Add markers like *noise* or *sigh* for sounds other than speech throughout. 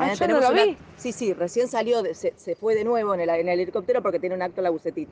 Ah, Eh, yo no lo tenemos vi. una- Sí, sí, recién salió, de- se, se fue de nuevo en el, en el helicóptero porque tiene un acto la Bucetich.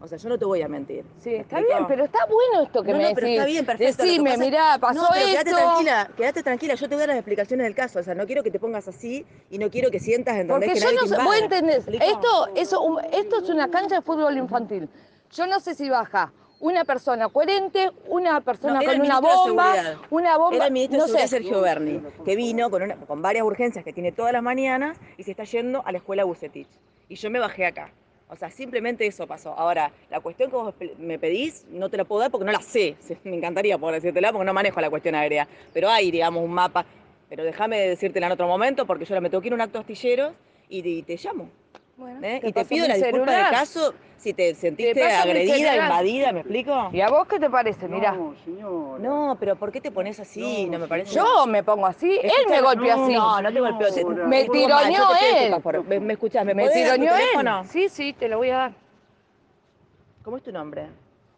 O sea, yo no te voy a mentir. Sí, ¿Me está explico? bien, pero está bueno esto que no, me no, decís. pero está bien, perfecto. Lo que Decime, pasa- mirá, pasó no, pero Quédate esto. tranquila, quédate tranquila, yo te voy a dar las explicaciones del caso. O sea, no quiero que te pongas así y no quiero que sientas, ¿entendés? Porque que yo nadie no te sé, invada. vos entendés, ¿Explicó? esto es, un- esto es una cancha de fútbol infantil. Yo no sé si baja una persona coherente, una persona No, era con el una ministro de bomba, Seguridad. una bomba, Era el ministro no de Seguridad, sé. Sergio Berni, que vino con, una- con varias urgencias que tiene todas las mañanas y se está yendo a la escuela Bucetich. Y yo me bajé acá. O sea, simplemente eso pasó. Ahora, la cuestión que vos pe- me pedís, no te la puedo dar porque no la sé. *laughs* Sí, Me encantaría poder decírtela porque no manejo la cuestión aérea. Pero hay, digamos, un mapa. Pero déjame decírtela en otro momento porque yo ahora me tengo que ir a un acto astillero y, y te llamo. Bueno, ¿eh? te Y te paso pido mi la disculpa del celular. caso si te sentiste paso mi agredida, celular. invadida, ¿me explico? ¿Y a vos qué te parece? Mirá, No, señor. No, pero ¿por qué te pones así? No, No, me parece. yo me pongo así, él me golpeó así. No, no te golpeó. te- Me me estuvo tironeó mal, yo te pido él. disculpas por- ¿Me, me escuchás? ¿Me, me podés dar tu tironeó teléfono? él. Sí, sí, te lo voy a dar. ¿Cómo es tu nombre?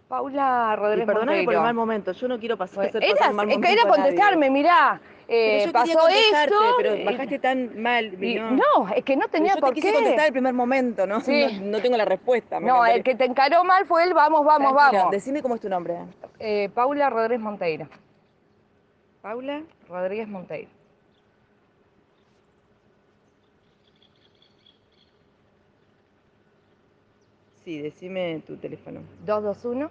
Paula Y Rodríguez perdóname por el Monteiro. mal momento. Yo no quiero pasar, Bueno, hacer Pues era, pasar mal es momento que era a nadie. eh, contestarme, mirá, eh, Pero yo quería pasó contestarte, esto. eh, Pero bajaste tan mal. y- no. no, es que no Pero tenía yo por te quise qué. contestar el primer momento, ¿no? Sí. No, no tengo la respuesta. me No, encantaría. el que te encaró mal fue él, vamos, vamos, Tranquila, vamos. Decime cómo es tu nombre. Eh, Paula Rodríguez Monteiro. Paula. Rodríguez Monteiro. Sí, decime tu teléfono. 221.